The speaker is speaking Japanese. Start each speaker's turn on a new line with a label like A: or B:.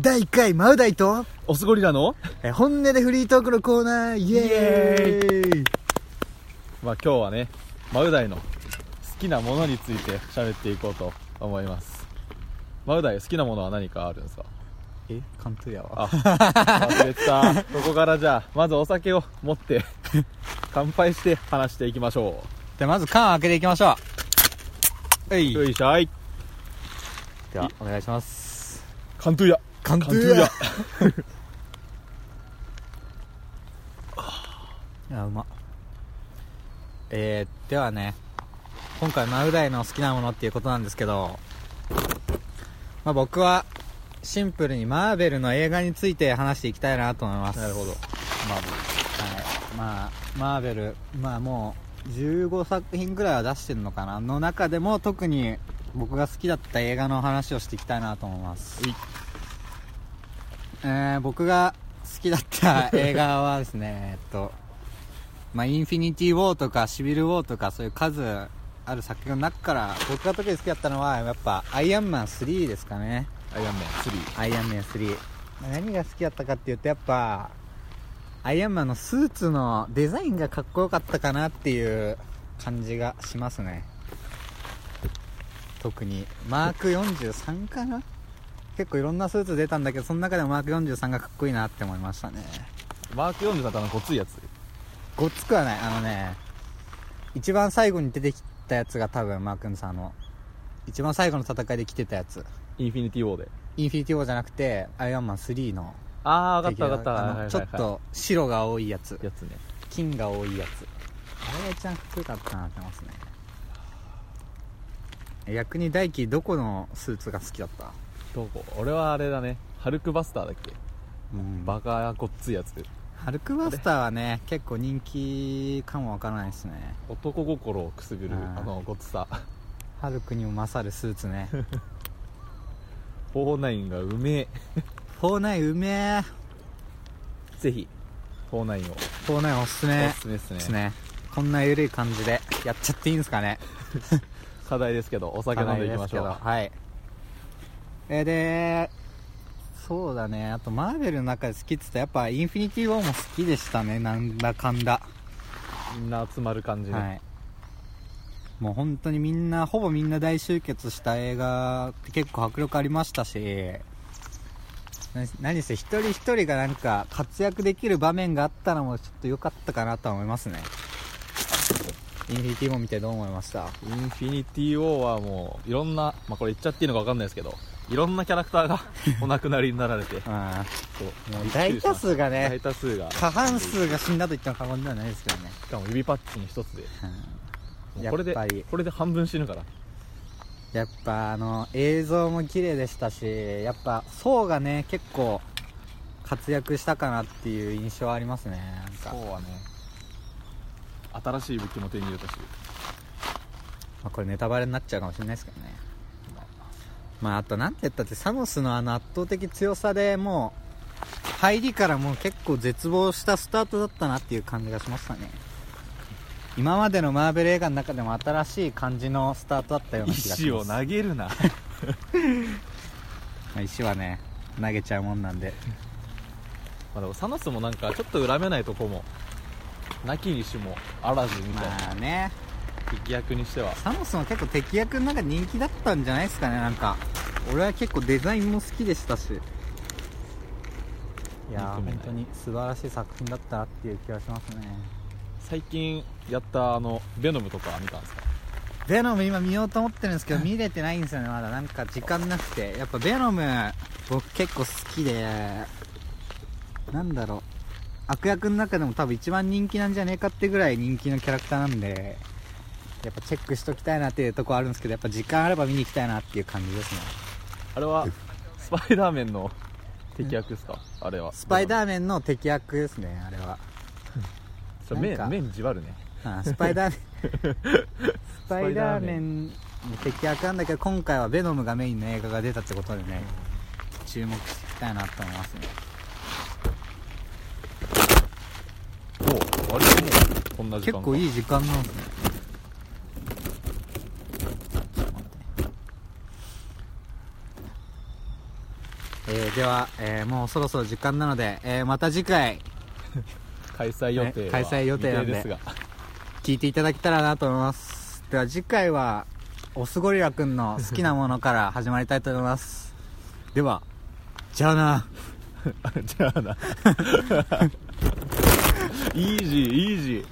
A: 第1回マウダイと
B: オスゴリラの、
A: えー本音でフリートークのコーナーイエーイ
B: まあ、今日はねマウダイの好きなものについて喋っていこうと思いますマウダイ好きなものは何かあるんですか
A: えカントやわ
B: あ忘れてたここからじゃあまずお酒を持って 乾杯して話していきましょ
C: じゃあまず缶開けていきましょう。は
B: う
C: い。
B: よいしょい
C: では、お願いします。
B: カントゥーヤ
A: カン
B: カントゥーヤ
C: あ、うま。えー、ではね、今回真裏への好きなものっていうことなんですけど、まあ僕は、シンプルにマーベルの映画について話していきたいなと思います。
B: なるほどまあ
C: はい、まあマーベル、まあ、もう15作品ぐらいは出してるのかなの中でも特に僕が好きだった映画の話をしていきたいなと思います
B: うい、
C: えー僕が好きだった映画はですねえっと、まあ、インフィニティ・ウォーとかシビル・ウォーとかそういう数ある作品の中から僕が特に好きだったのはやっぱアイアンマン3ですかね
B: アイアンマン
C: アイアンマン3何が好きだったかっていうとやっぱアイアンマンのスーツのデザインがかっこよかったかなっていう感じがしますね特にマーク43かな結構いろんなスーツ出たんだけどその中でもマーク43がかっこいいなって思いましたね
B: 3マーク43ってあのごついやつ
C: ごっつくはないあのね一番最後に出てきたやつが多分マークさんの一番最後の戦いで着てたやつ
B: インフィニティウォーで
C: インフィニティ・ウォーじゃなくてアイアンマン3の
B: ああ分かった分かった
C: あの
B: はいはいはい
C: ちょっと白が多いやつ
B: やつね
C: 金が多いやつあれが一番かっこよかったなってますねえ逆に大輝どこのスーツが好きだった
B: どこ俺はあれだねハルクバスターだっけ
C: うん
B: バカごっついやつ
C: ハルクバスターはね結構人気かもわからないですね
B: 男心をくすぐる
C: あー
B: あのごつさ
C: ハルクにも勝るスーツ ね
B: 49がうめえ
C: フォーナインうめえ
B: ぜひ49を
C: フォーナインおすす
B: お
C: め
B: すすめですね
C: ですねこんな緩い感じでやっちゃっていいんですかね
B: 課題ですけどお酒飲んでいきましょう
C: はいえーでそうだねあとマーベルの中で好きっつったらやっぱインフィニティ・ウォーも好きでしたねなんだかんだ、
B: みんな集まる感じね、
C: はいもう本当にみんなほぼみんな大集結した映画って結構迫力ありましたし何何せ一人一人がなんか活躍できる場面があったのもちょっと良かったかなとは思いますねインフィニティ・ウォー見てどう思いました
B: インフィニティ・ウォーはもういろんな、まあ、これ言っちゃっていいのか分かんないですけどいろんなキャラクターが お亡くなりになられて
C: あ
B: そう
C: もう大多数がね
B: 大多数が
C: 過半数が死んだと言っても過言ではないですけどね
B: しかも指パッチン一つでもうこれ
C: やっぱ
B: で
C: り
B: これで半分死ぬから
C: やっぱあの映像も綺麗でしたしやっぱ層がね結構活躍したかなっていう印象はありますねなんか、ま
B: はね新しい武器も手に入れたし
C: あ、これネタバレになっちゃうかもしれないですけどねまああとなんて言ったってサノスのあの圧倒的強さでもう入りからもう結構絶望したスタートだったなっていう感じがしましたね今までのマーベル映画の中でも新しい感じのスタートだったような気がします
B: 石を投げるな
C: まあ石はね投げちゃうもんなんで
B: まあでもサノスもなんかちょっと恨めないとこもなきにしもあらずみたいな
C: まあね
B: 敵役にしては
C: サモスも結構敵役の中で人気だったんじゃないですかねなんか俺は結構デザインも好きでしたしいやー
B: 憎めない
C: 本当に素晴らしい作品だったなっていう気がしますね
B: 最近やったあのベノムとかは見たんですか
C: ベノム今見ようと思ってるんですけど見れてないんですよねまだなんか時間なくてやっぱベノム僕結構好きでなんだろう悪役の中でも多分一番人気なんじゃねえかってぐらい人気のキャラクターなんでやっぱチェックしときたいなっていうとこあるんですけどやっぱ時間あれば見に行きたいなっていう感じですね
B: あれはスパイダーメンの敵役ですかあれは
C: スパイダーメンの敵役ですねあれは
B: それ麺
C: なんか
B: 麺じわるね
C: あスパイダース パイダーメンの敵役なんだけど今回はベノムがメインの映画が出たってことでね注目していきたいなと思いますね
B: おう割ともうこんな時間
C: 結構い
B: い
C: い時間なんですねえーでは、えーもうそろそろ時間なので、えーまた次回
B: 開催予定は
C: ね開催予定なんで
B: 未です
C: 聞いていただけたらなと思いますでは次回はオスゴリラくんの好きなものから始まりたいと思いますではじゃあな
B: がじゃあなイージーイージー